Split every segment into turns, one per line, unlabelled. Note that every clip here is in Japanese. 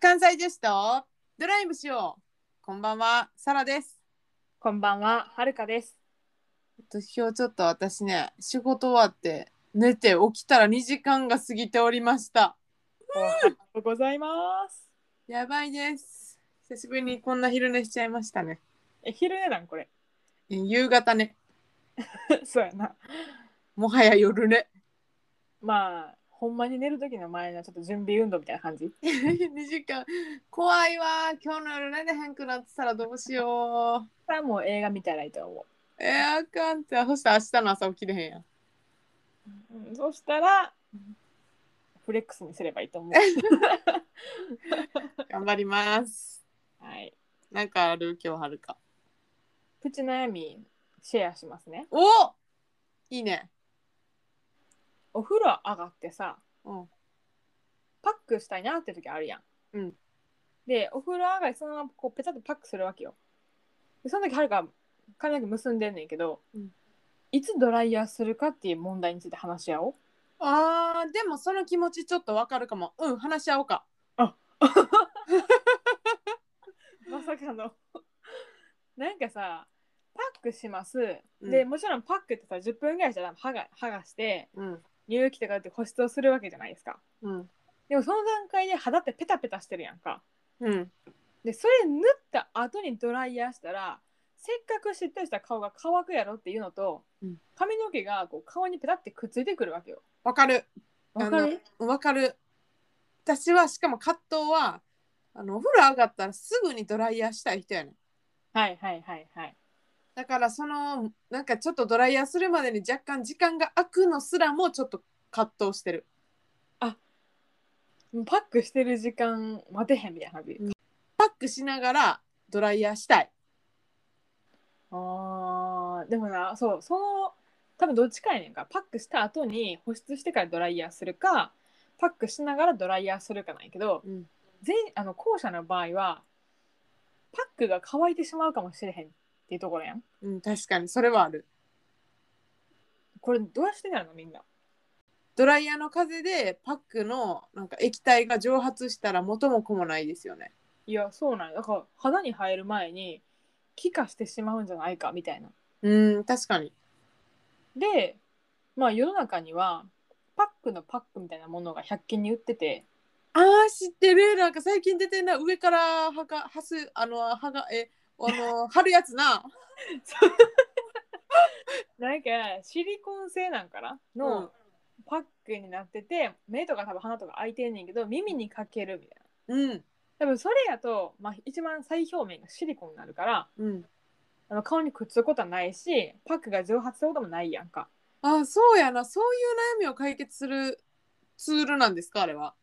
関西女子とドライブしようこんばんはサラです
こんばんは、はるかです。
今日ちょっと私ね仕事終わって寝て起きたら2時間が過ぎておりました
おはようございます。
やばいです久しぶりにこんな昼寝しちゃいましたね
え、昼寝なんこれ。
え夕方ね
そうやな。
もはや夜ね
まあ、ほんまに寝る時の前のちょっと準備運動みたいな感じ。
2時間怖いわ今日の夜寝れへんくなってたらどうしよう
さあ、もう映画見たらいいと思
えー、あかんってそしたら明日の朝起きれへんやん
う。うんそしたら、フレックスにすればいい と思う。
頑張ります
はい。
なんかある今日はるか
プチ悩み、シェアしますね。
おいいね
お風呂上がってさ、
うん
パックしたいなって時あるやん。
うん
で、お風呂上がり、そのままこうペタッとパックするわけよ。で、その時はるか髪の毛結んでんねんけど、
うん
いつドライヤーするかっていう問題について話し合おう。
あーでもその気持ちちょっとわかるかもうん話し合おうか
まさかの。 なんかさ、パックします。
うん
で、もちろんパックってさ、10分ぐらいしたら剥が剥がして、
うん
乳液とかって保湿をするわけじゃないですか。
うん
でもその段階で肌ってペタペタしてるやんか。
うん
でそれ塗った後にドライヤーしたらせっかくしっとりした顔が乾くやろっていうのと、
うん
髪の毛がこう顔にペタってくっついてくるわけよ。
わかる
わかる
わかる私はしかも葛藤はあのお風呂上がったらすぐにドライヤーしたい人やねん
はいはいはいはい。
だからそのなんかちょっとドライヤーするまでに若干時間が空くのすらもちょっと葛藤してる
もうパックしてる時間待てへんみたいな感じ。
うんパックしながらドライヤーしたい
あーでもなそうその多分どっちかやねんかパックした後に保湿してからドライヤーするかパックしながらドライヤーするかなんやけど
うん
全あの後者の場合はパックが乾いてしまうかもしれへんっていうところやん。
うん確かにそれはある
これどうしてなのみんな。
ドライヤーの風でパックのなんか液体が蒸発したら元も子もないですよね
いやそうなんよだから肌に入る前に気化してしまうんじゃないかみたいな。
うん確かに
でまあ世の中にはパックのパックみたいなものが100均に売ってて
あー知ってるなんか最近出てんな上からはかはすあのはがえあ の貼るやつな
なんかシリコン製なんかな
う
の
ん
パックになってて、目とか多分鼻とか開いてんねんけど耳にかけるみたいな。
うん
多分それやと、まあ、一番最表面がシリコンになるから
うん
あの顔にくっつくことはないしパックが蒸発することもないやんか。
あそうやなそういう悩みを解決するツールなんですかあれは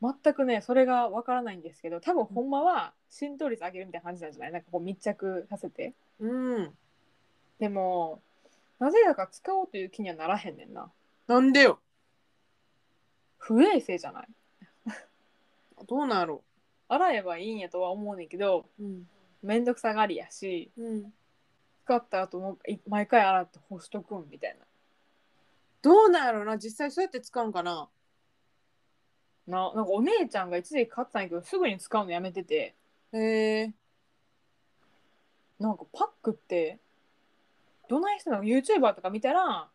全くねそれがわからないんですけど多分ほんまは浸透率上げるみたいな感じなんじゃないなんかこう密着させて
うん
でもなぜだか使おうという気にはならへんねんな
なんでよ
不衛生じゃない
どうなんやろ
洗えばいいんやとは思うねんけど
ううん
めんどくさがりやし
うん
使った後もうい毎回洗って干しとくんみたい
どうなんやろな実際そうやって使うんかな
なななんかお姉ちゃんが一時期買ってたんやけどすぐに使うのやめてて
へえ
なんかパックってどないしてんの YouTuber とか見たら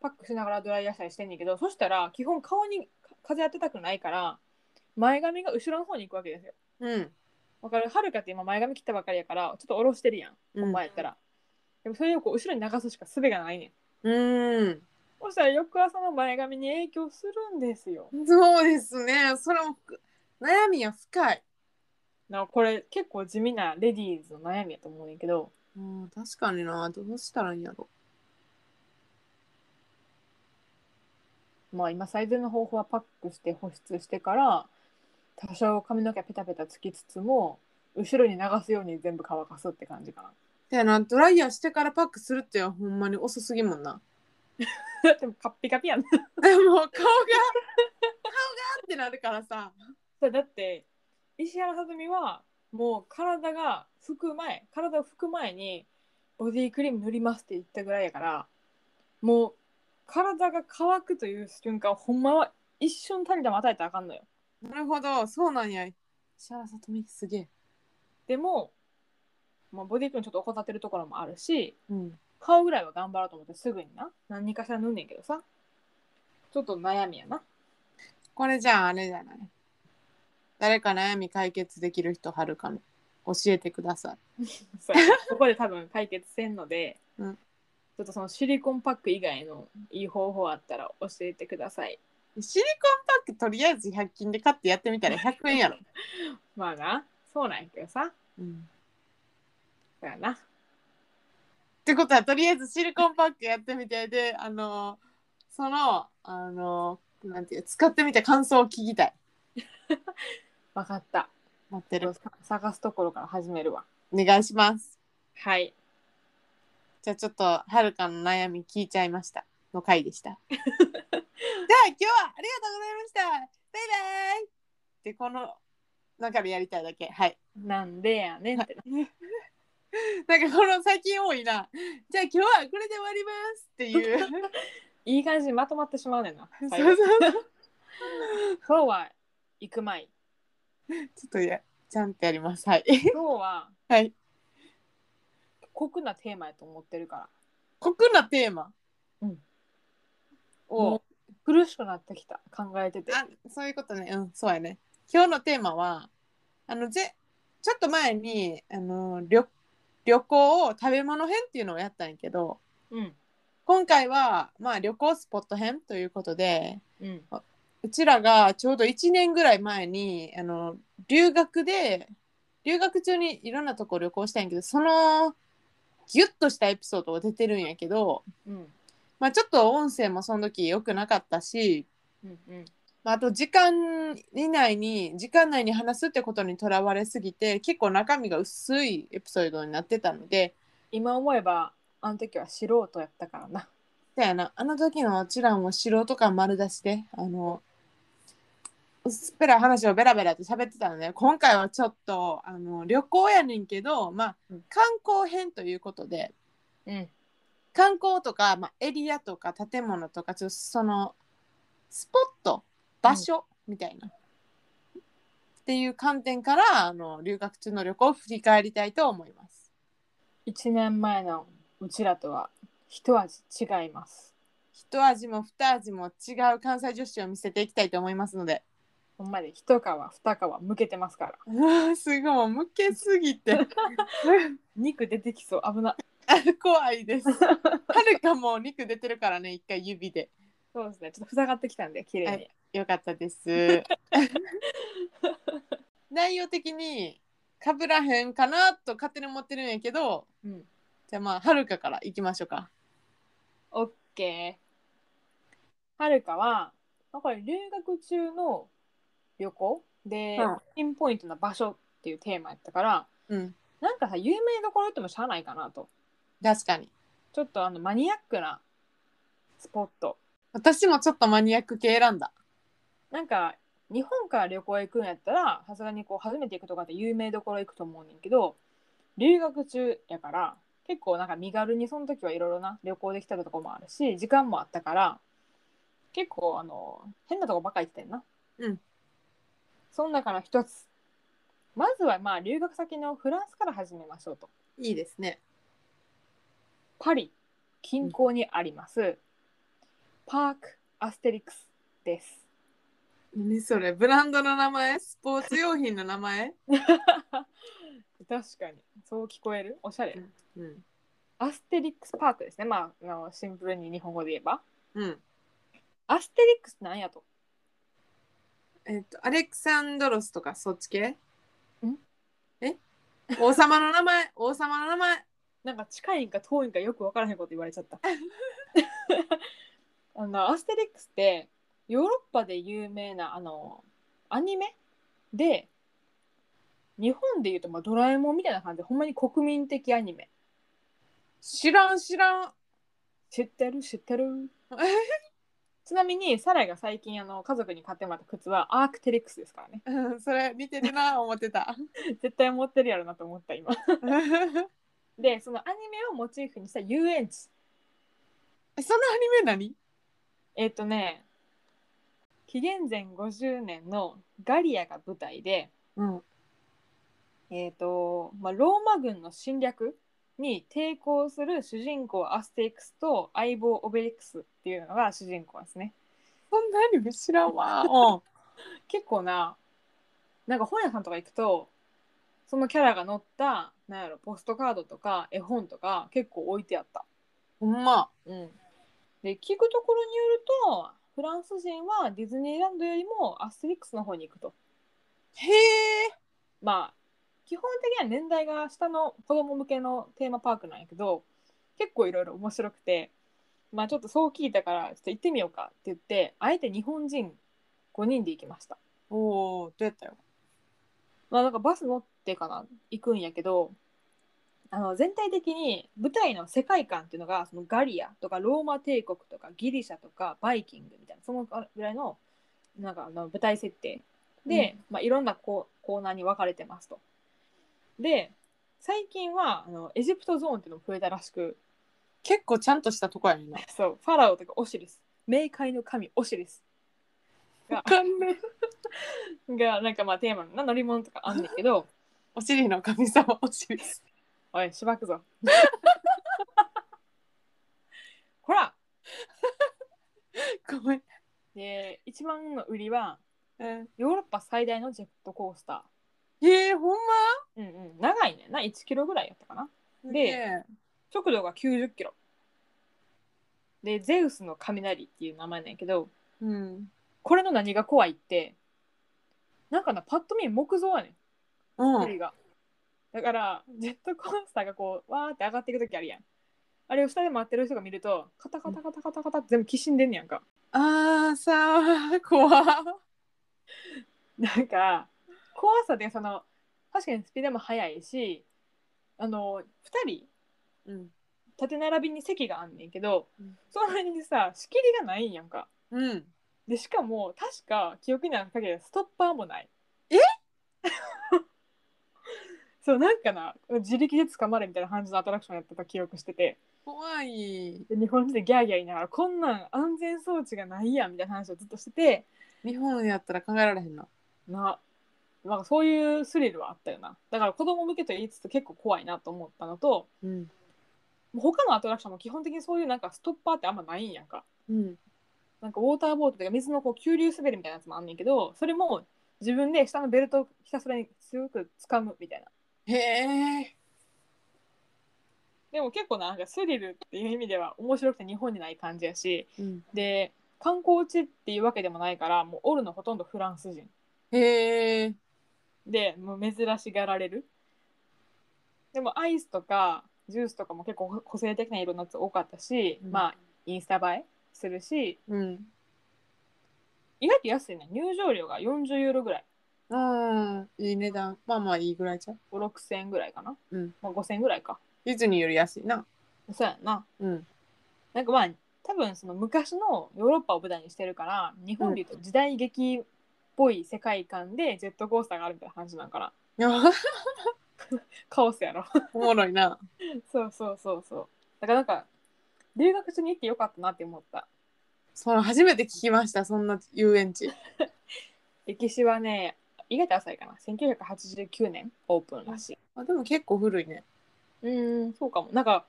パックしながらドライヤーしたりしてんねんけどそしたら基本顔にか風当てたくないから前髪が後ろの方に行くわけですよ
うん
わかるはるかって今前髪切ったばっかりやからちょっと下ろしてるやん
うん
前やったら、でもそれをこう後ろに流すしか術がないねん
うん
そしたら翌朝の前髪に影響するんですよ
そうですねそれもふく悩みは深い
なんかこれ結構地味なレディーズの悩みやと思うねんけど
うん確かになどうしたらいいんやろ
まあ今最善の方法はパックして保湿してから多少髪の毛ペタペタつきつつも後ろに流すように全部乾かすって感じか
てなドライヤーしてからパックするってほんまに遅すぎもんな
な。 でもカッピカピやん。そ
でも顔が顔がってなるからさ
うだって石原さとみはもう体が拭く前体を拭く前にボディクリーム塗りますって言ったぐらいやからもう体が乾くという瞬間をほんまは一瞬たりでも与えたらあかんのよ。
なるほどそうなんや石原さとみすげえ。
でも、まあ、ボディ君ちょっと怠ってるところもあるし
うん。
顔ぐらいは頑張ろうと思ってすぐにな何かしら塗んねんけどさちょっと悩みやな
これじゃああれじゃない。誰か悩み解決できる人はるかの教えてください。
そ うやなそこで多分解決せんので、
うん
ちょっとそのシリコンパック以外のいい方法あったら教えてください。
シリコンパックとりあえず100均で買ってやってみたら100円やろ。
まあな、そうなんやけどさ、
うん。
そうやな。
ってことはとりあえずシリコンパックやってみてであのそのあのなんていう使ってみて感想を聞きたい
わかった。
待ってる
探すところから始めるわ。
お願いします
はい。
じゃあちょっとはるかの悩み聞いちゃいましたの回でした じゃあ今日はありがとうございましたバイバイでこの中でやりたいだけはい
なんでやねんってな。
なんかこの最近多いなじゃあ今日はこれで終わりますって いう
いい感じにまとまってしまうねんな。最
そう
後
そうそう
今日は行くまい。
ちょっとやちゃんとやりますはい
今日は
はい
酷なテーマやと思ってるから。
酷なテーマ
うん
を
もう苦しくなってきた。考えてて。
あそういうことねうんそうやね今日のテーマはあのぜちょっと前にあの旅旅行を食べ物編っていうのをやったんやけど
うん。
今回は、まあ、旅行スポット編ということで
うん。
うちらがちょうど1年ぐらい前にあの留学で留学中にいろんなとこ旅行したんやけどそのギュッとしたエピソードが出てるんやけど、
うん。
まあ、ちょっと音声もその時良くなかったし
うん。うん。
まああと時間以内に時間内に話すってことにとらわれすぎて結構中身が薄いエピソードになってたので
今思えばあの時は素人やったからな
そやなあの時のうちらも素人感丸出しであの薄っぺらい話をベラベラと喋ってたので今回はちょっとあの旅行やねんけど、まあ
うん、
観光編ということで
うん
観光とか、まあ、エリアとか建物とかちょっとそのスポット場所みたいな、っていう観点からあの留学中の旅行を振り返りたいと思います。
1年前のうちらとは一味違います
一味も二味も違う関西女子を見せていきたいと思いますので
ほんまに一皮二皮向けてますから
すごいもう向けすぎて
肉出てきそう危な
怖いです。はるかもう肉出てるからね一回指で
そうですねちょっと塞がってきたんで綺麗に、
はいよかったです。 内容的にかぶらへんかなと勝手に思ってるんやけど
うん
じゃあまあはるかからいきましょうか。
オッケーはるかはまあこれ留学中の旅行で、
うん
ピンポイントな場所っていうテーマやったから
うん
なんかさ有名どころ言ってもしゃあないかなと
確かに
ちょっとあのマニアックなスポット
私もちょっとマニアック系選んだ。
なんか日本から旅行行くんやったらさすがにこう初めて行くとかって有名どころ行くと思うねんけど留学中やから結構なんか身軽にその時はいろいろな旅行できたとこもあるし時間もあったから結構あの変なとこばっか行ってたんな
うん
その中の一つまずはまあ留学先のフランスから始めましょうと
いいですね。
パリ近郊にあります、パークアステリクスです
何それブランドの名前スポーツ用品の名前
確かにそう聞こえるおしゃれ
うん。
アステリックスパークですねまああのシンプルに日本語で言えば
うん。
アステリックスなんやと
えっ、とアレクサンドロスとかそっち系
ん
え王様の名前王様の名前
なんか近いんか遠いんかよく分からへんこと言われちゃった あのアステリックスってヨーロッパで有名なあのアニメで日本でいうと、まあ、ドラえもんみたいな感じでほんまに国民的アニメ
知らん知らん。
知ってる知ってる ちなみにサライが最近あの家族に買ってもらった靴はアークテリックスですからね
うんそれ似てるな思ってた。
絶対持ってるやろなと思った今でそのアニメをモチーフにした遊園地
えそのアニメ何
えっ、とね紀元前50年のガリアが舞台で
うん
えーとまあ、ローマ軍の侵略に抵抗する主人公アステイクスと相棒オベリクスっていうのが主人公ですね。
そんなにも知らん わうん
結構ななんか本屋さんとか行くとそのキャラが載ったなんやろポストカードとか絵本とか結構置いてあった。
ほんま
うん、で聞くところによるとフランス人はディズニーランドよりもアステリックスの方に行くと。
へえ
まあ基本的には年代が下の子供向けのテーマパークなんやけど結構いろいろ面白くてまあちょっとそう聞いたからちょっと行ってみようかって言ってあえて日本人5人で行きました
おおどうやったよ
まあなんかバス乗ってかな行くんやけどあの全体的に舞台の世界観っていうのがそのガリアとかローマ帝国とかギリシャとかバイキングみたいなそのぐらいのなんかあの舞台設定で、まあ、いろんなコーコーナーに分かれてますと。で最近はあのエジプトゾーンっていうのも増えたらしく
結構ちゃんとしたとこやねんな
そうファラオとかオシリス冥界の神オシリスが
関連
がなんかまあテーマのな乗り物とかあんねんけど
お尻の神様お尻です
おいしばくぞ ほら
ごめん
で一番の売りは
うん
ヨーロッパ最大のジェットコースタ
へえほんま
ー、うんうん、長いねんな1キロぐらいやったかな
で、
速度が90キロでゼウスの雷っていう名前なんやけど
うん、
これの何が怖いってなんかなパッと見木造や
う
ねん距離
ん、
が、だからジェットコースターがこうわーって上がっていく時あるやんあれを下で待ってる人が見るとカタカタカタカタカタって全部きしんでんねやんか
あーさあ怖っ
なんか怖さでその確かにスピードも速いしあの2人
うん
縦並びに席があんねんけど、
うん
その辺にさ仕切りがないんやんか
うん
でしかも確か記憶にある限りストッパーもない
え
そうなんかな自力で捕まれみたいな感じのアトラクションやってた記憶してて
怖い
で日本人でギャーギャー言いながらこんなん安全装置がないやんみたいな話をずっとしてて
日本やったら考えられへんな
ななんかそういうスリルはあったよなだから子供向けと言いつつ結構怖いなと思ったのと
うん
もう他のアトラクションも基本的にそういうなんかストッパーってあんまないんやんか
うん
なんかウォーターボートとか水のこう急流滑りみたいなやつもあんねんけどそれも自分で下のベルトをひたすらに強く掴むみたいな
へえ
でも結構なんかスリルっていう意味では面白くて日本にない感じやし
うん
で観光地っていうわけでもないからもうおるのほとんどフランス人
へえ
でもう珍しがられるでもアイスとかジュースとかも結構個性的な色のやつ多かったし、
うん
まあインスタ映えするし
うん
意外と安いね入場料が40ユーロぐらい
うんいい値段まあまあいいぐらいじゃう
56000円ぐらいかな、
うん
まあ、5000円ぐらいか
ディズニーより安いな
そうやんな
うん
なんかまあ多分その昔のヨーロッパを舞台にしてるから日本でいうと時代劇っぽい世界観でジェットコースターがあるみたいな話なんから
あ
カオスや ろ
おもろいな
そうそうそうそうだからなんか留学中に行ってよかったなって思った
その初めて聞きましたそんな遊園地
歴史はね意外と浅いかな1989年オープンらしい
あでも結構古いね
うーんそうかもなんか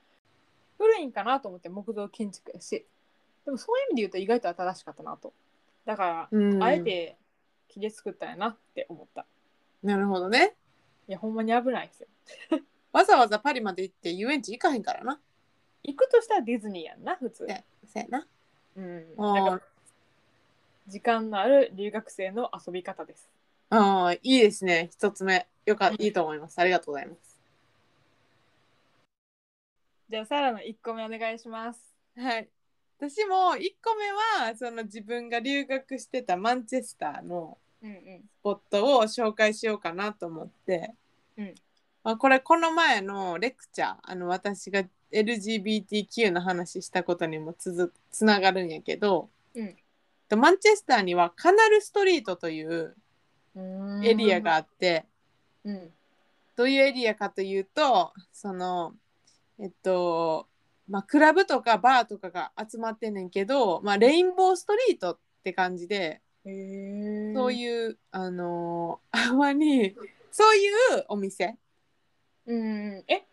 古いんかなと思って木造建築やしでもそういう意味で言うと意外と新しかったなとだから、
うん
あえて木で作ったんやなって思った
なるほどね
いやほんまに危ないですよ
わざわざパリまで行って遊園地行かへんからな
行くとしたらディズニーやんな普通、
ねせやな
うん、
あー
なんか時間のある留学生の遊び方です
ああいいですね一つ目よか
うん
いいと思いますありがとうございます
じゃあサラの1個目お願いします
はい私も1個目はその自分が留学してたマンチェスターの
うんうん
スポットを紹介しようかなと思って、
うん
まあ、これこの前のレクチャーあの私が LGBTQ の話したことにもつづつながるんやけど、
うん
とマンチェスターにはカナルストリートというエリアがあって、
うん
どういうエリアかというとそのえっとまあクラブとかバーとかが集まってんねんけど、まあ、レインボーストリートって感じで
へえ
そういうあのーあ まりそういうお店
うんうんえ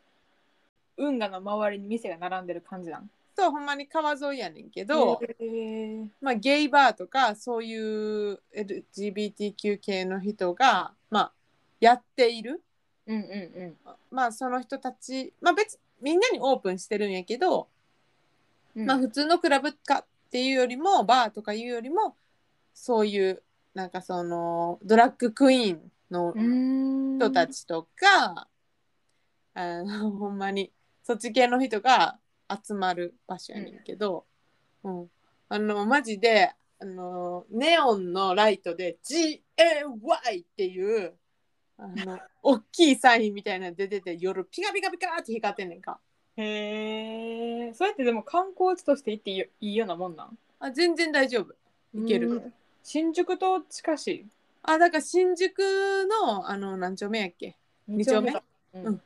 運河の周りに店が並んでる感じなん
そうほんまに川沿いやねんけど、
へー
まあ、ゲイバーとかそういう LGBTQ 系の人が、まあ、やっている、
うんうん
まあ、その人たち、まあ、別みんなにオープンしてるんやけど、
うん
まあ、普通のクラブかっていうよりもバーとかいうよりもそういうなんかそのドラッグクイーンの
うん
人たちとか、あのほんまにそっち系の人が集まる場所やねんけど、うんあのマジであのネオンのライトで「GAY」っていうあの大きいサインみたいなの出てて夜ピカピカピカって光ってんねんか
へえそうやってでも観光地として行っていいよいいようなもんなん
あ全然大丈夫行ける、
うん新宿と近しい
あだから新宿のあの何丁目やっけ二丁目
だうん
うん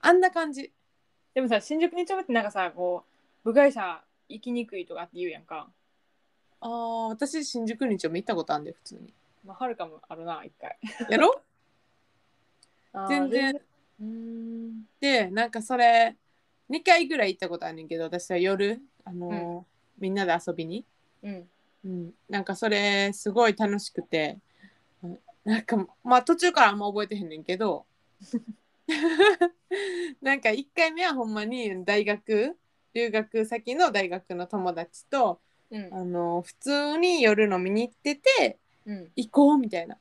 あんな感じ
でもさ新宿2丁目ってなんかさこう部外者行きにくいとかって言うやんか
あー私新宿に丁目行ったことあんで普通に
まあはるかもあるな一回
やろ全然
うん
でなんかそれ2回ぐらい行ったことあるんけど私は夜、あのーみんなで遊びに、
うん
うん、なんかそれすごい楽しくてうんなんかまあ途中からあんま覚えてへんねんけど なんか1回目はほんまに大学留学先の大学の友達と、
うん
あのー普通に夜飲みに行ってて
うん
行こうみたいな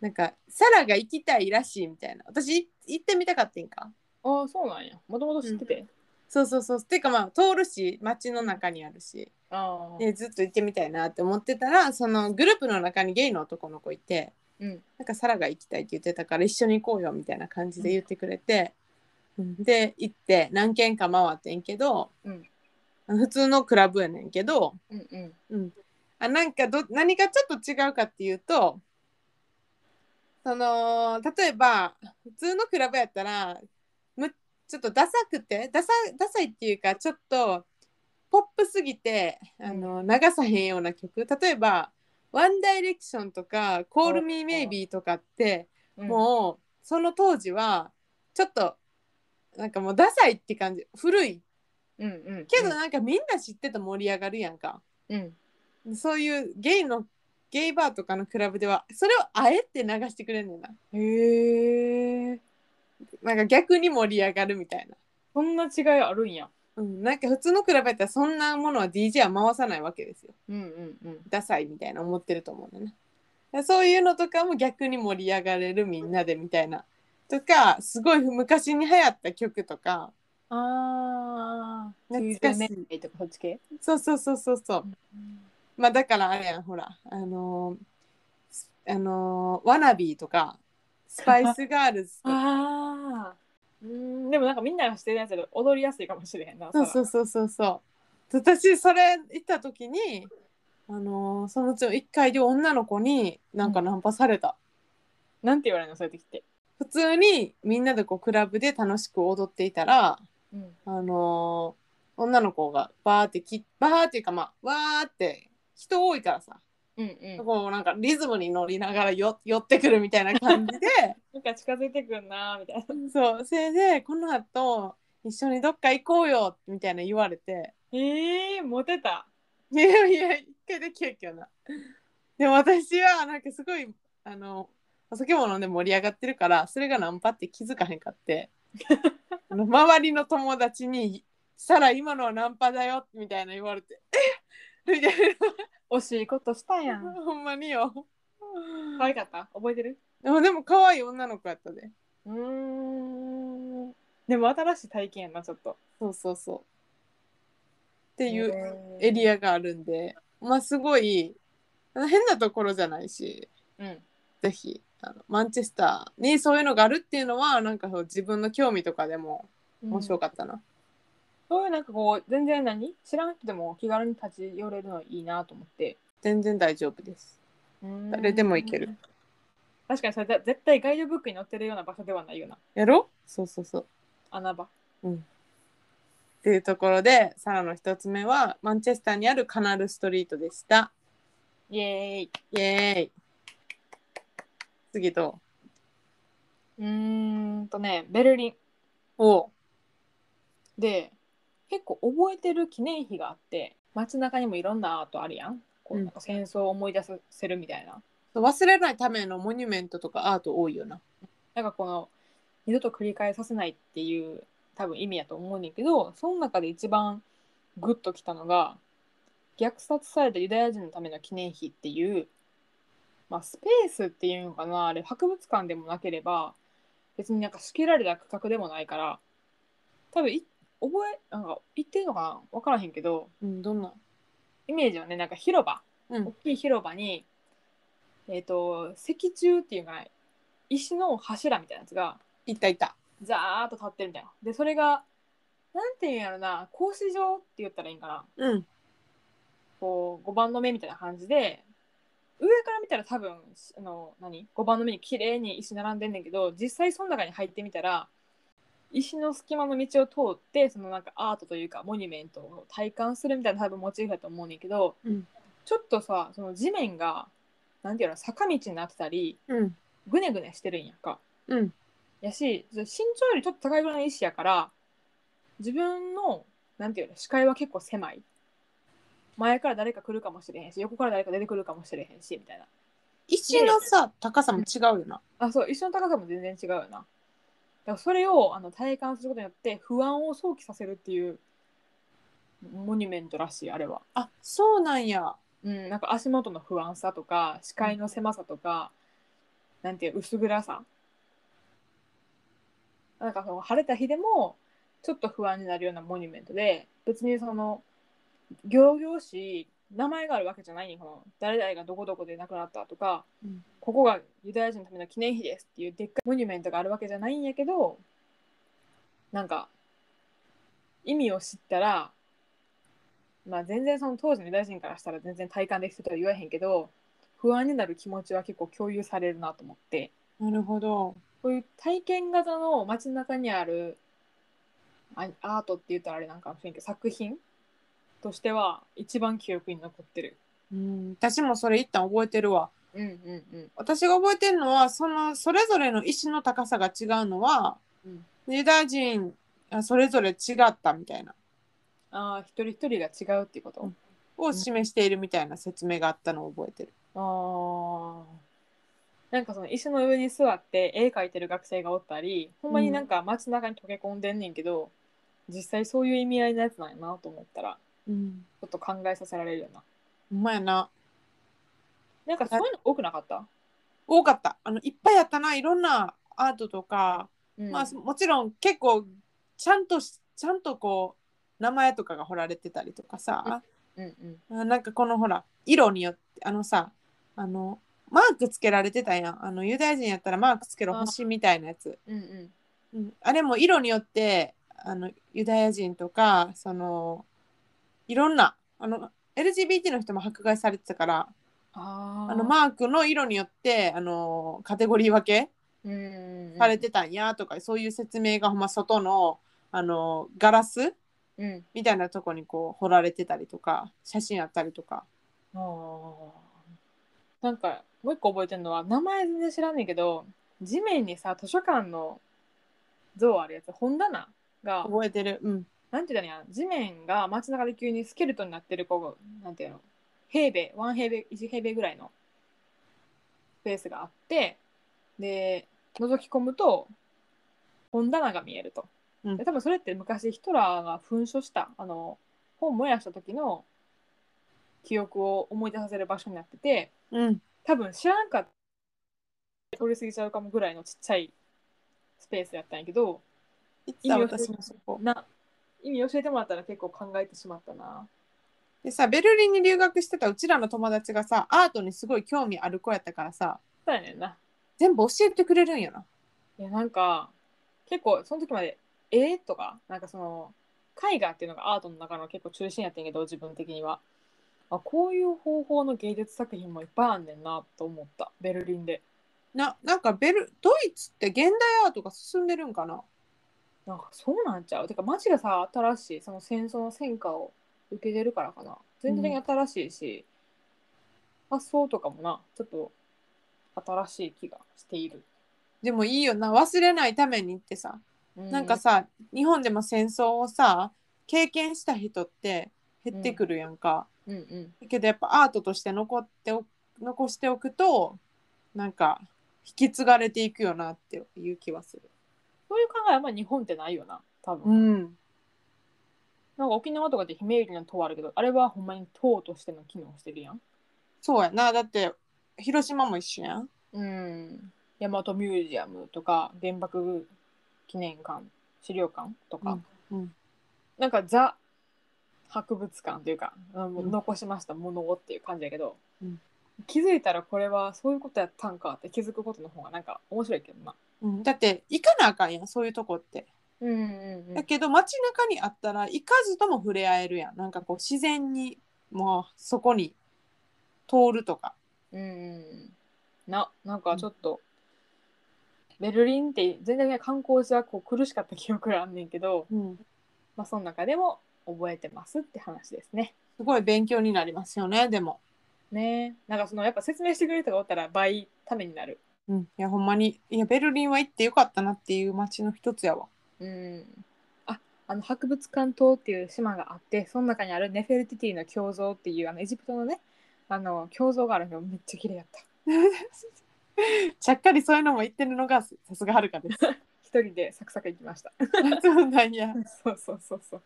なんかサラが行きたいらしいみたいな私い行ってみたかってんか
ああそうなんやもともと知ってて、
そうそうそう。てかまあ通るし街の中にあるし、
ああ
でずっと行ってみたいなって思ってたらそのグループの中にゲイの男の子いて
うん
なんかサラが行きたいって言ってたから一緒に行こうよみたいな感じで言ってくれて、うんで行って何軒か回ってんけど、
うん
普通のクラブやねんけど、
うんうん
あなんかど何がちょっと違うかっていうとその例えば普通のクラブやったらむちょっとダサくてダサダサいっていうかちょっとポップすぎてあの流さへんような曲例えば「ワンダイレクションとか「コール・ミー・メイビー」とかって
うん
もうその当時はちょっとなんかもうダサいって感じ古い
うんうん
けどなんかみんな知ってて盛り上がるやんか。
うん
そういうゲイのゲイバーとかのクラブではそれをあえて流してくれんねんな
へえ
なんか逆に盛り上がるみたいな、
そんな違いあるんや
うん、なんか普通のクラブやったらそんなものは DJ は回さないわけですよ
うんうんうん
ダサいみたいな思ってると思うんだよねだからそういうのとかも逆に盛り上がれるみんなでみたいなとかすごい昔に流行った曲とか
ああ
懐かしい
年代とかそっち系
そうそうそうそうそうまあだからあれやんほらあのーあのーワナビーとかスパイスガールズとか
ああうんでもなんかみんながしてるやつで踊りやすいかもしれへんな
そうそうそうそうそう。私それ行った時に、あのーそのうちの1回で女の子になんかナンパされた。
なんて言われるのそういう時って
普通にみんなでこうクラブで楽しく踊っていたら、
うん
あのー女の子がバーってきバーっていうかまあわーって人多いからさ、
うんうん
こうなんかリズムに乗りながらよ寄ってくるみたいな感じで
なんか近づいてくんなーみたいな
そうそれでこの後一緒にどっか行こうよみたいな言われて。
えー、モテた
いやいや、一回できるけどな。でも私は、なんかすごい、あの、お酒も飲んで盛り上がってるから、それがナンパって気づかへんかって、あの周りの友達に、サラ、今のはナンパだよ、みたいな言われて、えっみたい
惜しいことしたや
な、
ん
ほんまによ。
可愛かった覚えてる
でも、でも可愛い女の子やったで。
うーんでも新しい体験やなちょっとっ
そうそうそう。って
て
いうエリアがあるんで、まあすごい、変なところじゃないし、
うん
ぜひあのマンチェスターにそういうのがあるっていうのはなんかそう自分の興味とかでも面白かったな、
そういうなんかこう全然何知らん人でも気軽に立ち寄れるのいいなと思って
全然大丈夫です誰でも行ける
確かにそれだ絶対ガイドブックに載ってるような場所ではないような
やろそうそうそうっ
穴場
ていうところでサラの一つ目はマンチェスターにあるカナルストリートでした
イエーイ。
イエーイ次ど
うーんとね、ベルリン。
うおう
で、結構覚えてる記念碑があって、街中にもいろんなアートあるやん。こう
うん
なんか戦争を思い出させるみたいな。
忘れないためのモニュメントとかアート多いよな
なんかこの、二度と繰り返させないっていう多分意味やと思うねんけど、その中で一番グッときたのが、虐殺されたユダヤ人のための記念碑っていう、まあ、スペースっていうのかな、あれ、博物館でもなければ、別になんか仕切られた区画でもないから、多分い覚え、なんか言ってるのかなわからへんけど、
うんどんな
イメージはねなんか広場、
うん
大きい広場にえっ、と石柱っていうかな石の柱みたいなやつが
いたいた
ザーッと立ってるみたいなでそれがなんていうんやろな格子状って言ったらいいんかな
うん
こう5番の目みたいな感じで上から見たら多分あの何5番の目に綺麗に石並んでんねんけど実際その中に入ってみたら石の隙間の道を通ってそのなんかアートというかモニュメントを体感するみたいな多分モチーフだと思うねんけど、
うん
ちょっとさその地面がなんていうの坂道になってたり
うん
ぐねぐねしてるんやんか。
うん
やし身長よりちょっと高いぐらいの石やから自分のなんていうの視界は結構狭い前から誰か来るかもしれへんし横から誰か出てくるかもしれへんしみたいな
石のさ高さも違うよな
あそう石の高さも全然違うよなだからそれをあの体感することによって不安を想起させるっていうモニュメントらしいあれは
あそうなんや
うん、なんか足元の不安さとか視界の狭さとか、なんていう薄暗さなんかその晴れた日でもちょっと不安になるようなモニュメントで別にその行々しい名前があるわけじゃないねこの誰々がどこどこで亡くなったとか、
うん
ここがユダヤ人のための記念碑ですっていうでっかいモニュメントがあるわけじゃないんやけどなんか意味を知ったらまあ、全然その当時のユダヤ人からしたら全然体感できてるとは言わへんけど不安になる気持ちは結構共有されるなと思って
なるほど
こういう体験型の街中にあるあアートって言ったらあれなんかもしれんけど作品としては一番記憶に残ってる。
うん私もそれ一旦覚えてるわ
うんうんうん
私が覚えてるのはそのそれぞれの石の高さが違うのは、
うん
ユダヤ人あそれぞれ違ったみたいな
ああ一人一人が違うっていうこと、
うんを示しているみたいな説明があったのを覚えてる。
ああなんかその石の上に座って絵描いてる学生がおったりほんまになんか街中に溶け込んでんねんけど、実際そういう意味合いのやつなんやなと思ったら
うん、
ちょっと考えさせられるよな。
ほんまやな
なんかそういうの多くなかった、
多かったあのいっぱいあったないろんなアートとか、
うん、
まあ、もちろん結構ちゃんとしちゃんとこう名前とかが彫られてたりとかさ、
うんうん。
あなんかこのほら色によってあのさあのマークつけられてたやんあのユダヤ人やったらマークつけろ星みたいなやつ。
うんう
う
ん。
んあれも色によってあのユダヤ人とかそのいろんなあの LGBT の人も迫害されてたから
あ
あ
あ
のマークの色によってあのカテゴリー分け
うんうんうん、
されてたんやとか、そういう説明がほんま外のあのガラス
うん。
みたいなとこにこう彫られてたりとか写真あったりとか
ああ。なんかもう一個覚えてるのは名前全然知らんねんけど地面にさ図書館の像あるやつ本棚が
覚えてるうん
なんていうのや地面が街中で急にスケルトンになってるこうなんていうの平米1平米1平米ぐらいのスペースがあってで覗き込むと本棚が見えると、
うん
で多分それって昔ヒトラーが噴書したあの本燃やした時の記憶を思い出させる場所になってて
うん
多分知らんかった通り過ぎちゃうかもぐらいのちっちゃいスペースやったんやけど
いつだ私もそこ
な意味教えてもらったら結構考えてしまったな。
でさベルリンに留学してたうちらの友達がさアートにすごい興味ある子やったからさ
そうやねんな。
全部教えてくれるんやない
やなんか結構その時まで絵とかなんかその絵画っていうのがアートの中の結構中心やってんけど自分的にはあこういう方法の芸術作品もいっぱいあんねんなと思ったベルリンで
ななんかベルドイツって現代アートが進んでるんかな
なんかそうなんちゃうてか街がさ新しいその戦争の戦果を受けてるからかな全体的に新しいし、発想とかもなちょっと新しい気がしている、
でもいいよな忘れないためにってさなんかさ日本でも戦争をさ経験した人って減ってくるやんか、
うんうん
だけどやっぱアートとして残ってお残しておくとなんか引き継がれていくよなっていう気はする。
そういう考えはまあ日本ってないよな多分、
ん、
なんか沖縄とかで姫百合の塔あるけどあれはほんまに塔としての機能してるやん
そうやなだって広島も一緒やん。
うん大和ミュージアムとか原爆記念館資料館とか、
うん
なんかザ博物館というか、うん
うん
残しましたものをっていう感じやけど、
うん
気づいたらこれはそういうことやったんかって気づくことの方がなんか面白いけどな。
うん、だって行かなあかんやんそういうとこって。
うんうんう
だけど街中にあったら行かずとも触れ合えるやんなんかこう自然にもうそこに通るとか。
んななんかちょっと、ベルリンって全然ね観光地はこう苦しかった記憶があんねんけど、
うん
まあ、その中でも覚えてますって話ですね。
すごい勉強になりますよねでも。
ねえなんかそのやっぱ説明してくれる人がおったら倍ためになる。
うん、いやほんまにいやベルリンは行ってよかったなっていう街の一つやわ。
うん、ああの博物館島っていう島があってその中にあるネフェルティティの胸像っていうあのエジプトのねあの胸像があるのめっちゃ綺麗やった
ちゃっかりそういうのも言ってるのがさすがはるか です。
一人でサクサク行きました
そうなんや。
そうそうそうそう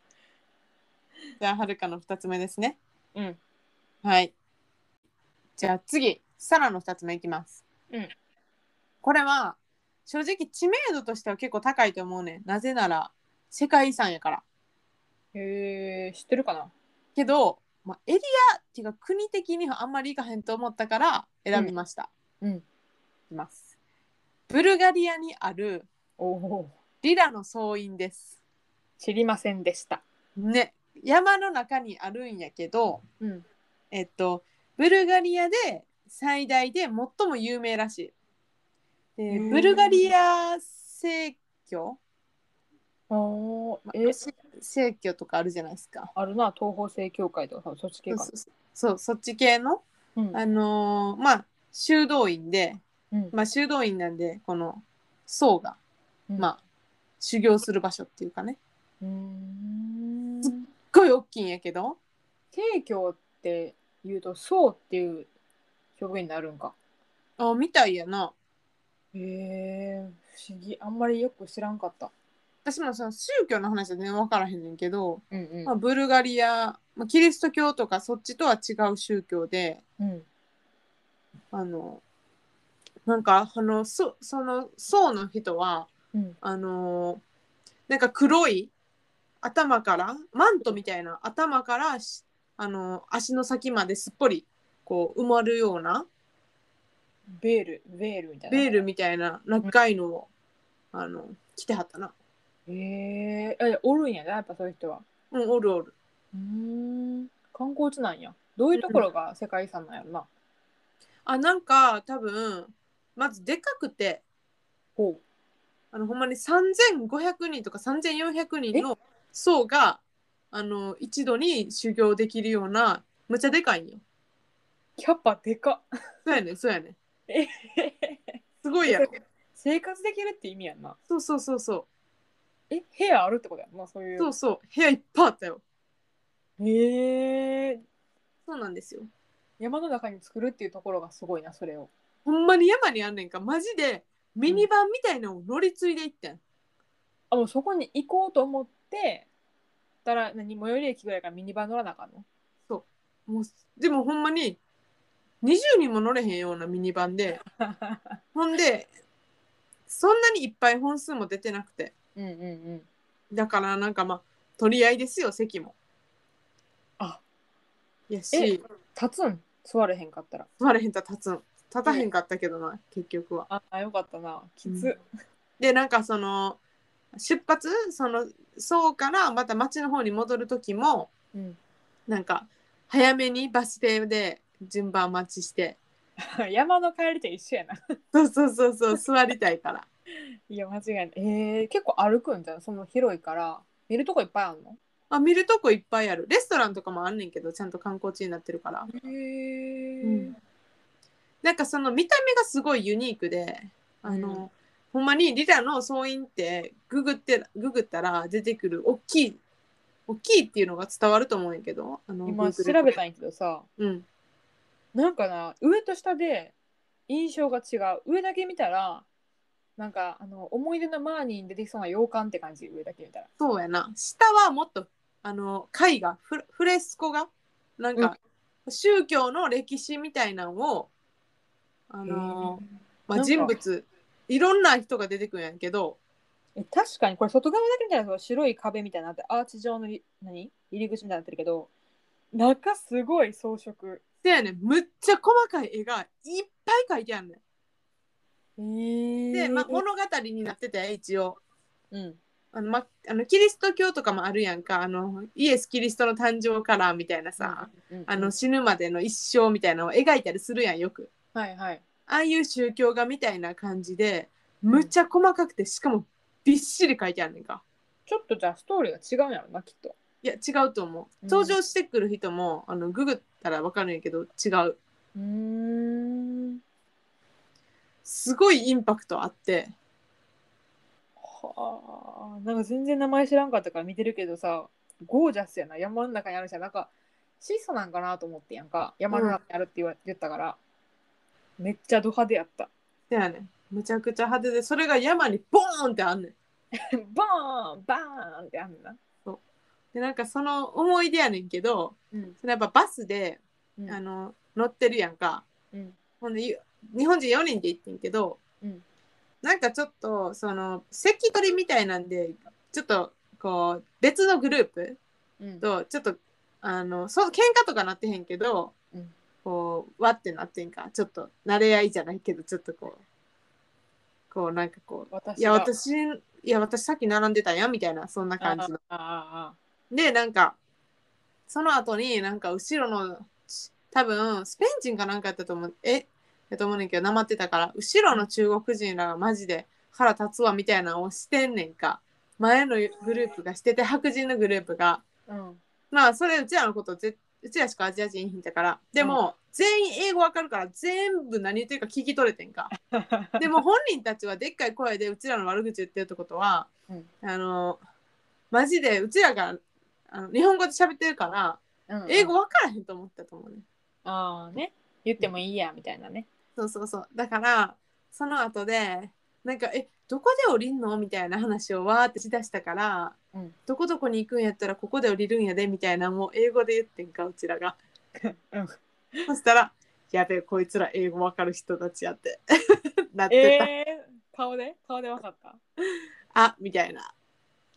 じゃあはるかの二つ目ですね。
うん
はい。じゃあ次サラの二つ目いきます。
うん。
これは正直知名度としては結構高いと思うねん。なぜなら世界遺産やから。
へえ知ってるかな
けど、まあ、エリアっていうか国的にはあんまりいかへんと思ったから選びました。
うんうん
いきます。ブルガリアにある
おお
リラの総院です。
知りませんでした
ね。山の中にあるんやけど、
うん
えっと、ブルガリアで最大で最も有名らしい。で
うん
ブルガリア正教、
おお
まあ
え
正教とかあるじゃないですか。
あるな東方正教会とかそっち系かな
そうそうそっち系の、
うん
あのーまあ修道院で、
うん
まあ、修道院なんでこの僧が、
うん
まあ、修行する場所っていうかね
うーん
すっごい大きいんやけど
正教って言うとそうっていう表現になるんか
あみたいやな
へえ不思議あんまりよく知らんかった。
私もその宗教の話は全然分からへんねんけど、
うんうん
まあ、ブルガリア、まあ、キリスト教とかそっちとは違う宗教で
うん
あのなんかあのそその僧の人は
うん
あのなんか黒い頭からマントみたいな頭からし、あの足の先まですっぽりこう埋まるような
ベールベールみたいな。
ベールみたいな長いのを、あの着てはったな。
へええおるんやなやっぱそういう人は。
うん、おるおる。
うーん観光地なんや。どういうところが世界遺産なんやろな。
あなんか多分まずでかくて
ほ
あのほんまに3500人とか3400人の層があの一度に修行できるようなむちゃでかいんよ。
うキャパでか っ。
そうやねんそうやねん
えへへへ
すごいやろ。
生活できるって意味やんな。
そうそうそうそ。
え部屋あるってことやんなそういうう。
そうそう部屋いっぱいあったよ。
へえ
そうなんですよ。
山の中に作るっていうところがすごいなそれを。
ほんまに山にあんねんかマジでミニバンみたいなのを乗り継いでいってん。
あもうそこに行こうと思ってたら何最寄り駅ぐらいからミニバン乗らなあかんの
もうでもほんまに20人も乗れへんようなミニバンでほんでそんなにいっぱい本数も出てなくて
うんうんうん。
だからなんかまあ取り合いですよ席も。
あ
や
え
し
立つん座れへんかったら。
座れへんたら立つん立たへんかったけどな結局は。
ああよかったな。き
う
つ。
でなんかその出発そのそうからまた町の方に戻る時も
うん。
なんか早めにバス停で順番待ちして
山の帰りと一緒やな。
そうそうそうそう座りたいから
いや間違いない。えー、結構歩くんじゃん。その広いから見るとこいっぱいあるの。
あ見るとこいっぱいあるレストランとかもあんねんけどちゃんと観光地になってるから
へえ
うんなんかその見た目がすごいユニークであの、
うん
ほんまにリラの総員ってググってググったら出てくる大きい大きいっていうのが伝わると思うんやけどあの
今
Google
調
で
べたんやけどさ
うん
なんかな上と下で印象が違う上だけ見たらなんかあの思い出のマーニーに出てきそうな洋館って感じ上だけ見たら
そうやな下はもっとあの絵画フレフレスコがなんか、宗教の歴史みたいなのをあの、ま
な
あ、
んか
人物いろんな人が出てくるんやけど
え確かにこれ外側だけ見たらその白い壁みたいになってアーチ状のり何入り口みたいになってるけど中すごい装飾
せやねんむっちゃ細かい絵がいっぱい描いてあるね
え
ん。で、まあ、物語になってて一応
うん
あの、ま、あのキリスト教とかもあるやんかあのイエス・キリストの誕生からみたいなさ、
うん、
あの死ぬまでの一生みたいなのを描いたりするやんよく。
はいはい
ああいう宗教画みたいな感じでむっちゃ細かくてしかもびっしり書いてあるねんか。
ちょっとじゃあストーリーが違うんやろなきっと
いや違うと思う
うん
登場してくる人も、あのググったら分かるんやけど違う
うーん
すごいインパクトあって
はあなんか全然名前知らんかったから見てるけどさゴージャスやな山の中にあるじゃんなんか質素なんかなと思ってやんか山の中にあるって言わ、言ったからめっちゃド派手やった
だよねむちゃくちゃ派手でそれが山にボーンってあんねん
バーンバーンってあんな
でなんかその思い出やねんけど
うん
それやっぱバスで、
うん
あの乗ってるやんか
うん
ほんでゆ日本人4人で行ってんけど、
うん
なんかちょっとその席取りみたいなんでちょっとこう別のグループ
うん
とちょっとあのそう喧嘩とかなってへんけど、
うん
こうわってなってんかちょっと慣れ合いじゃないけどちょっとこうこうなんかこう
私
いや
が
私いや私さっき並んでたんやみたいなそんな感じの
ああ
でなんかその後になんか後ろのち多分スペイン人かなんかやったと思うえやと思うねんけどなまってたから後ろの中国人らがマジで腹立つわみたいなのをしてんねんか前のグループがしてて白人のグループが
あああうん
まあそれうちらのことぜうちらしかアジア人いひんだからでも、全員英語わかるから全部何言ってるか聞き取れてんか でも本人たちはでっかい声でうちらの悪口言ってるってことは、
うん
あのマジでうちらがあの日本語で喋ってるから
うん
英語わからへんと思ったと思うね、
ああね言ってもいいやみたいなね
そうそうそうだからその後でなんか「えどこで降りんの?」みたいな話をわーってしだしたから、
うん
どこどこに行くんやったらここで降りるんやでみたいなもう英語で言ってんかうちらが。
うん
そしたら、やべえ、こいつら英語わかる人たちやって。 なってた。
えー、顔で顔で分かった
あみたいな。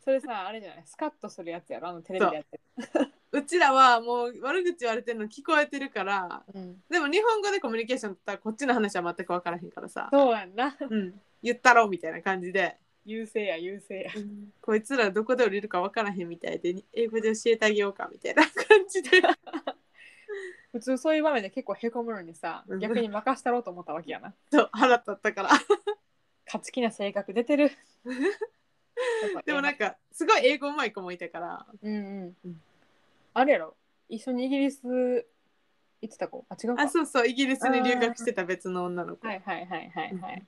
それさあれじゃないスカッとするやつやろあのテレビでやってる
うちらはもう悪口言われてるの聞こえてるから、
うん
でも日本語でコミュニケーション取ったらこっちの話は全くわからへんからさ、
そうやんな
うん、言ったろみたいな感じで、
優勢や優勢や
こいつらどこで降りるかわからへんみたいで、英語で教えてあげようかみたいな感じで。
普通そういう場面で結構へこむのにさ
うん
逆に任したろうと思ったわけやな
そう腹立ったから。
勝ち気な性格 出てる
でもなんか、すごい英語うまい子もいたから、
うんうん、
うん
あれやろ一緒にイギリス行ってた子あ違うか
あ、そうそう、イギリスに留学してた別の女の子。
はいはいはいはいはい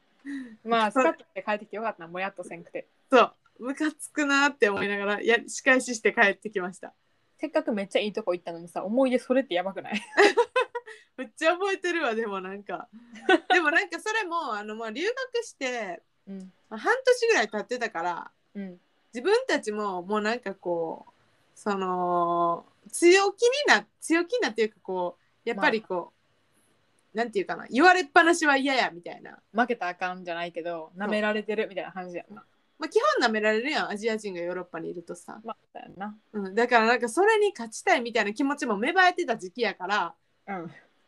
まあスカッとして帰ってきてよかったなもやっとせんくて
そう、ムカつくなって思いながら、や仕返しして帰ってきました。
せっかくめっちゃいいとこ行ったのにさ思い出それってやばくない
めっちゃ覚えてるわ、でもなんか。でもなんかそれも、あの、まあ、留学して、
うん
まあ半年ぐらい経ってたから、
うん
自分たちももうなんかこう、その、強気にな、強気になっていうかこう、やっぱりこう、なんていうかな、言われっぱなしは嫌や、みたいな。
負けたらあかんじゃないけどなめられてるみたいな感じやんな
まあ、基本舐められるやん、アジア人がヨーロッパにいるとさ。
まあだよな
うん、だからなんかそれに勝ちたいみたいな気持ちも芽生えてた時期やから、
うん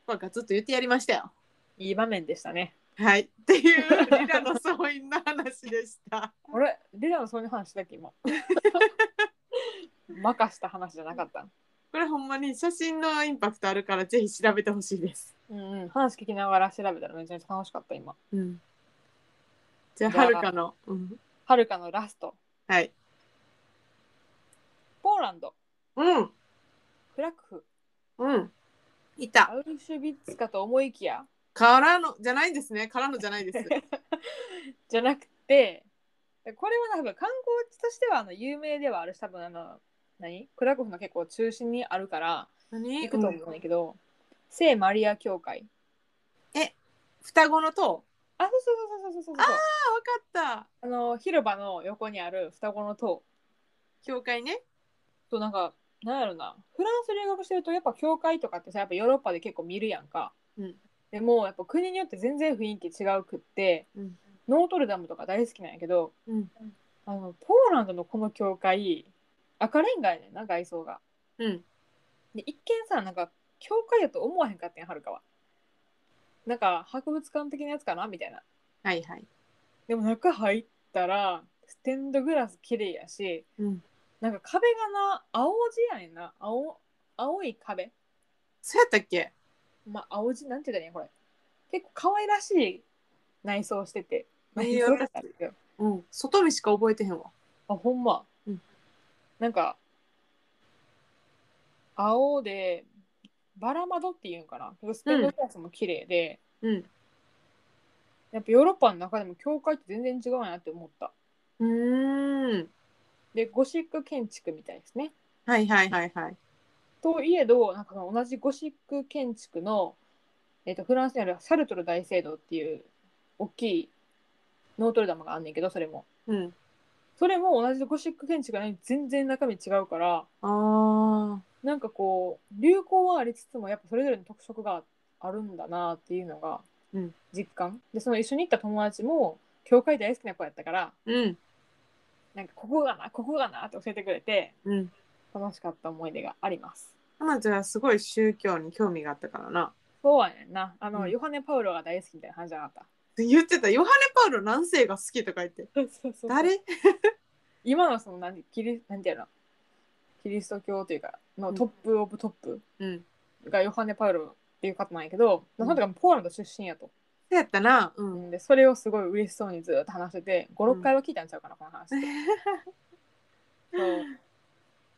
まあ、ガツッと言ってやりましたよ。
いい場面でしたね
はい、っていうリラの総員の話でした。
俺リラのそういう話だっ け今任した話じゃなかった
これほんまに写真のインパクトあるからぜひ調べてほしいです。
うんうん話聞きながら調べたらめちゃめちゃ楽しかった今
うん。じゃあ
じゃあ
はるかの、うん、
はるかのラスト
はい。
ポーランド
うん
クラクフ
うん。いた。
アウシュビッツかと思いきや
からのじゃないんですねからのじゃないです
じゃなくてでこれはなんか観光地としてはあの有名ではあるし多分あの何クラクフの結構中心にあるから
何
行くと思うんだけど、聖マリア教会
双子の塔
あそうそうそうそうそうそうそう
あ分かった
あの広場の横にある双子の塔
教会ね
となんかなんやろなフランス留学してるとやっぱ教会とかってさやっぱヨーロッパで結構見るやんか、
うん
でもやっぱ国によって全然雰囲気違うくって、
うん
ノートルダムとか大好きなんやけど
うん
あのポーランドのこの教会赤レンガやねんな外装が
うん
で一見さなんか教会やと思わへんかったんやはるかはなんか博物館的なやつかなみたいな
はいはい
でも中入ったらステンドグラス綺麗やし
うん
なんか壁がな青地やねんな青青い壁
そうやったっけ
まあ青地なんて言うたらいいんやこれ結構可愛らしい内装してて
い
内
や
装だったんですよ
うん外見しか覚えてへんわ
あほんま、
うん
なんか青でバラ窓っていうんかなステンドグラスも綺麗で、
うん
やっぱヨーロッパの中でも教会って全然違うんやなって思った
うーん
でゴシック建築みたいですね
はいはいはいはい
といえどなんかその同じゴシック建築の、えっとフランスにあるサルトル大聖堂っていう大きいノートルダムがあんねんけどそれも
うん
それも同じゴシック建築なのに全然中身違うから
あ
なんかこう流行はありつつもやっぱそれぞれの特色があるんだなっていうのが
うん
実感、でその一緒に行った友達も教会大好きな子やったから
ーうん
なんかここがなここがなって教えてくれて
うん
楽しかった思い出があります
彼女はすごい宗教に興味があったからな
そうはねんなあの、
うん
ヨハネ・パウロが大好きみたいな話じゃなかっ
言ってたヨハネ・パウロ何世が好きとか言って
たそうそうそう
誰
今のその何キリなんていうのキリスト教というかのトップ・オブ・トップ
うん
がヨハネ・パウロっていう方なんやけ
う
ど、
ん
その人がポーランド出身やと
そうやったなうん
でそれをすごい嬉しそうにずっと話してて
うん
56回は聞いたんちゃうかな、この話 そう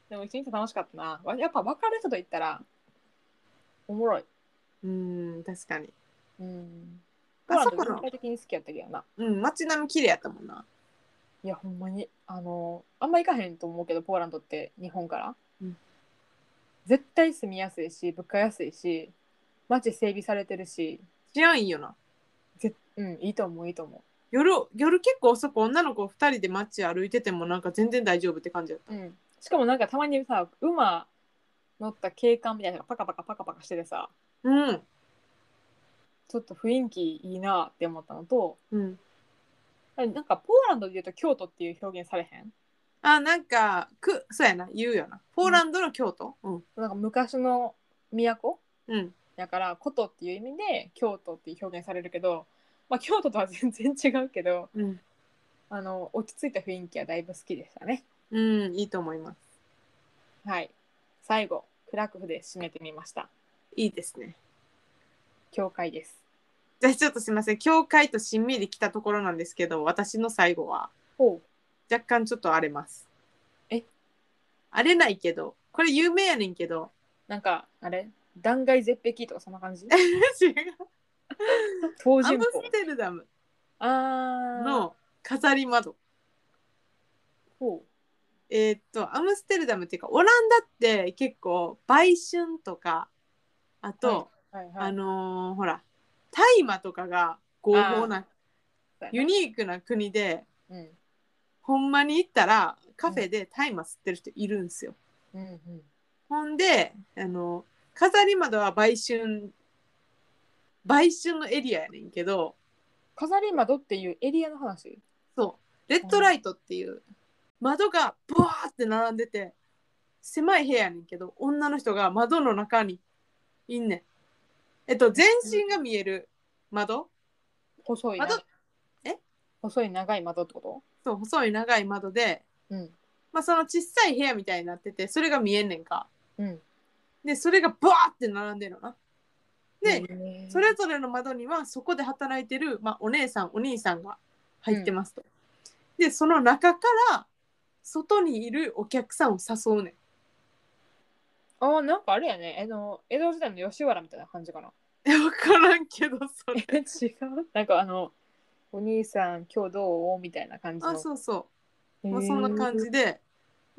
でも一日楽しかったなわやっぱ別れる人と言ったらおもろい
うん確かに
うん
あそこの
ポーランド全体的に好きやったけどな
うん街並み綺麗やったもんない
やほんまにあのあんま行かへんと思うけどポーランドって日本から、
うん
絶対住みやすいし物価安いし街整備されてるし
治安いいよな
ぜうんいいと思ういいと思
夜夜結構遅く女の子2人で街歩いててもなんか全然大丈夫って感じだった
う、うん、しかもなんかたまにさ馬乗った警官みたいなのがパカパカパカパカしててさ
うん
ちょっと雰囲気いいなって思ったのと
うん
なんかポーランドで言うと京都っていう表現されへん
あなんかくそうやな言うよなポーランドの京都うん
なんか昔の都
うん
だから古都っていう意味で京都っていう表現されるけど、まあ、京都とは全然違うけど
うん、
あの落ち着いた雰囲気はだいぶ好きでしたね
うん、いいと思います
はい最後クラクフで締めてみました
いいですね
教会です
じゃあちょっとすいません教会としんみり来たところなんですけど私の最後は
ほ
若干ちょっと荒れます
え
荒れないけどこれ有名やねんけど
うなんかあれ断崖絶壁とかそんな感じ
違う
東
ア
尋
ム
坊
ステルダム
あー
の飾り窓
ほ
えーっとアムステルダムっていうかオランダって結構売春とかあと、
うはいはい
あのーほら大麻とかが合法な
そうやな
ユニークな国で
うん
ほんまに行ったらカフェで大麻吸ってる人いるんですよ。
うんうん
ほんで、あの飾り窓は売春売春のエリアやねんけど
飾り窓っていうエリアの話
そうレッドライトっていう窓がブワーって並んでて狭い部屋やねんけど女の人が窓の中にいんねん。えっと全身が見える窓
細いな
窓え
細い長い窓ってこと
そう細い長い窓で、
うん
まあ、その小さい部屋みたいになっててそれが見えんねんか。
うん
でそれがブワーって並んでるのな。で、
へー
それぞれの窓にはそこで働いてる、まあ、お姉さんお兄さんが入ってますと。でその中から外にいるお客さんを誘うねん。
あーなんかあれやねあの江戸時代の吉原みたいな感じかな
や分からんけどそれ
え違うなんかあの「お兄さん今日どう?」みたいな感じの
あそうそう
へー
まあ、そんな感じで、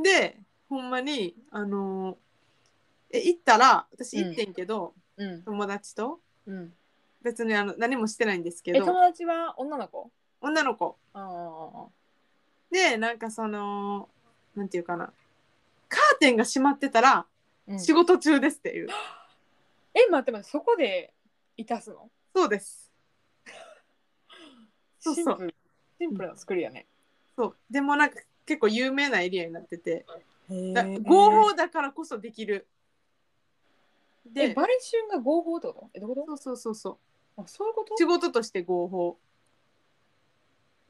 でほんまにあのーえ行ったら私行ってんけど、
うん
友達と
うん
別にあの何もしてないんですけ
え
ど
友達は女の子
女の子
ああ
でなんかそのなんていうかなカーテンが閉まってたら
うん
仕事中ですっていう、
え待って待ってそこでいたすの
そうですそうそう
シンプルシンプルな作りやね
そうでもなんか結構有名なエリアになっててだ
へー
合法だからこそできる
え
で
バリシュンが合法ってことえどういうこ
そうそうそうそう
とあそういうこと
仕事として合法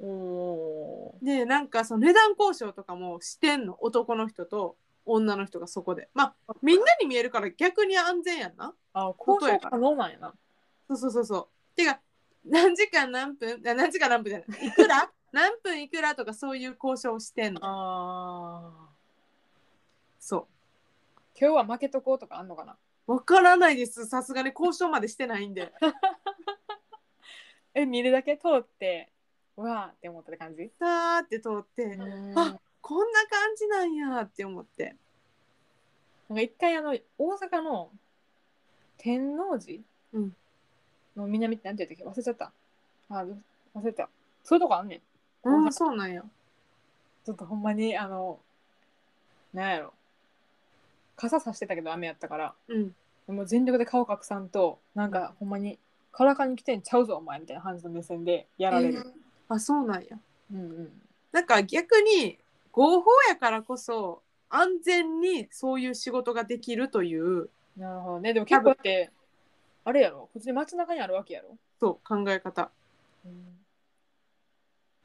おー
でなんかその値段交渉とかもしてんの男の人と女の人がそこでまあみんなに見えるから逆に安全やんな
あ交渉可能なんやな
そうそうそうそうてか何時間何分あ何時間何分じゃないいく ら何分いくらとかそういう交渉をしてんの
あ
そ
ー今日は負けとこうとかあんのかな
うわからないですさすがに交渉までしてないんで
え見るだけ通ってうわーって思ったって感じ
さーって通って
あ
こんな感じなんやって思って
なんか一回あの大阪の天王寺
うん
の南ってなんていう時忘れちゃったあど忘れたそういうとこあんねん
うんそうなんや
ちょっとほんまにあのなんやろ傘さしてたけど雨やったから
うん
もう全力で顔隠さんとなんかほんまに「からかに来てんちゃうぞお前」みたいな感じの目線でやられる、
あそうなんや
うんうん
なんか逆に合法やからこそ安全にそういう仕事ができるという
なるほどね。でも結構だって、あれやろ普通に街中にあるわけやろ
そう考え方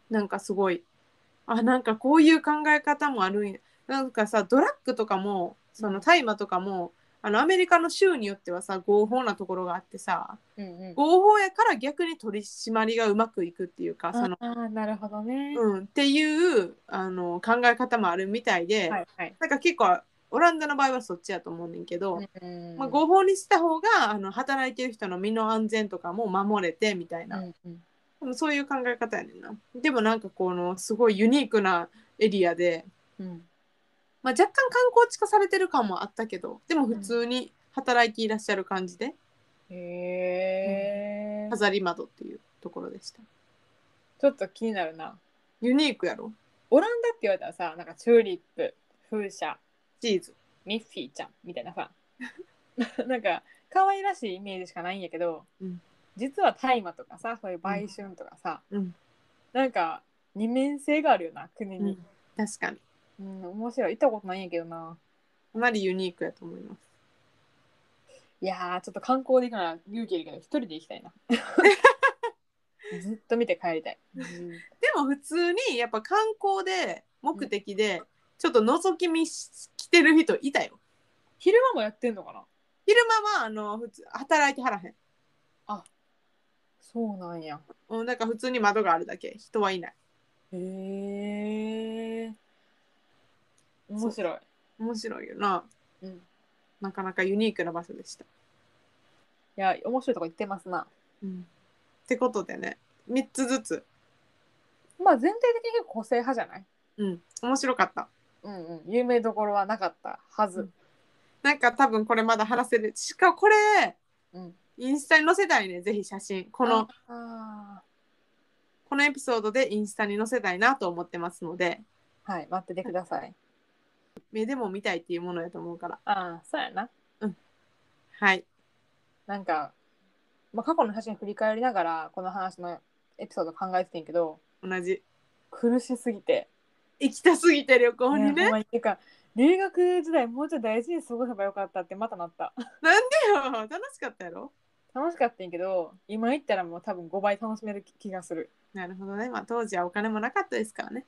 なんかすごいあなんかこういう考え方もあるんやなんかさドラッグとかもその大麻とかもあのアメリカの州によってはさ合法なところがあってさ
うんうん。
合法やから逆に取り締まりがうまくいくっていうかその、
ああ、なるほどね。
うん、っていうあの考え方もあるみたいで、
はいはい。
なんか結構オランダの場合はそっちやと思うねんけど、
うん
まあ、合法にした方があの働いてる人の身の安全とかも守れてみたいな、
うんうん
でもそういう考え方やねんなでもなんかこのすごいユニークなエリアで、
うん
まあ、若干観光地化されてる感もあったけどでも普通に働いていらっしゃる感じで
へえ、
飾り窓っていうところでした
ちょっと気になるな。
ユニークやろ
オランダって言われたらさ、なんかチューリップ、風車、
チーズ
ミッフィーちゃんみたいなさ、 なんか可愛らしいイメージしかないんやけど、
うん
実は大麻とかさ、そういう売春とかさ、
うん
なんか二面性があるよな、国に。
確かに
うん、面白い。行ったことないんやけどな。
かなりユニークやと思います
いやー、ちょっと観光で行くなら勇気いるけど、一人で行きた いな。ずっと見て帰りたい。
でも普通にやっぱ観光で目的でちょっと覗き見し来てる人いたよ
昼間もやってんのかな
昼間はあの普通働いてはらへん
そうなんや。
うん、なんか普通に窓があるだけ人はいない
へえ。面白い。
面白いよな
うん。い
なかなかユニークな場所でした、
や、面白いとこ行ってますな。
うん、ってことでね3つずつ、
まあ、全体的に結構個性派じゃない
うん、面白かった
うんうん。有名どころはなかったはず。
なんか多分これまだ話せるしかもこれ
うん。
インスタに載せたいねぜひ写真こ
こ
の。
あ
このエピソードでインスタに載せたいなと思ってますので
ーはい、待っててください。
目でも見たいっていうものやと思うから
ああ、そうやな。
はい
なんか、まあ、過去の写真振り返りながら、この話のエピソード考えててんけど、
同じ
苦しすぎて。
行きたすぎて旅行に
ね
ね
ほんまにてか留学時代もうちょい大事に過ごせばよかったってまたなった。
楽しかったやろ
楽しかったんやけど、今行ったらもう多分5倍楽しめる気がする。
なるほどねまあ当時はお金もなかったですからね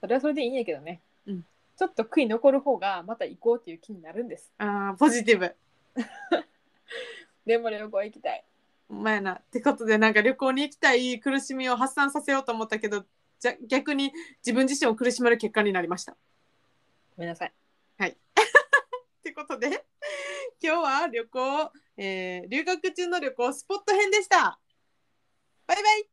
それはそれでいいんやけどね。
うん
ちょっと悔い残る方がまた行こうっていう気になるんです。
あーポジティブ
でも旅行行きたい。
ほんまやな。ってことでなんか旅行に行きたい苦しみを発散させようと思ったけどじゃ逆に自分自身を苦しめる結果になりました。
ごめんなさい。
ってことで 今日は旅行、えー留学中の旅行スポット編でした。バイバイ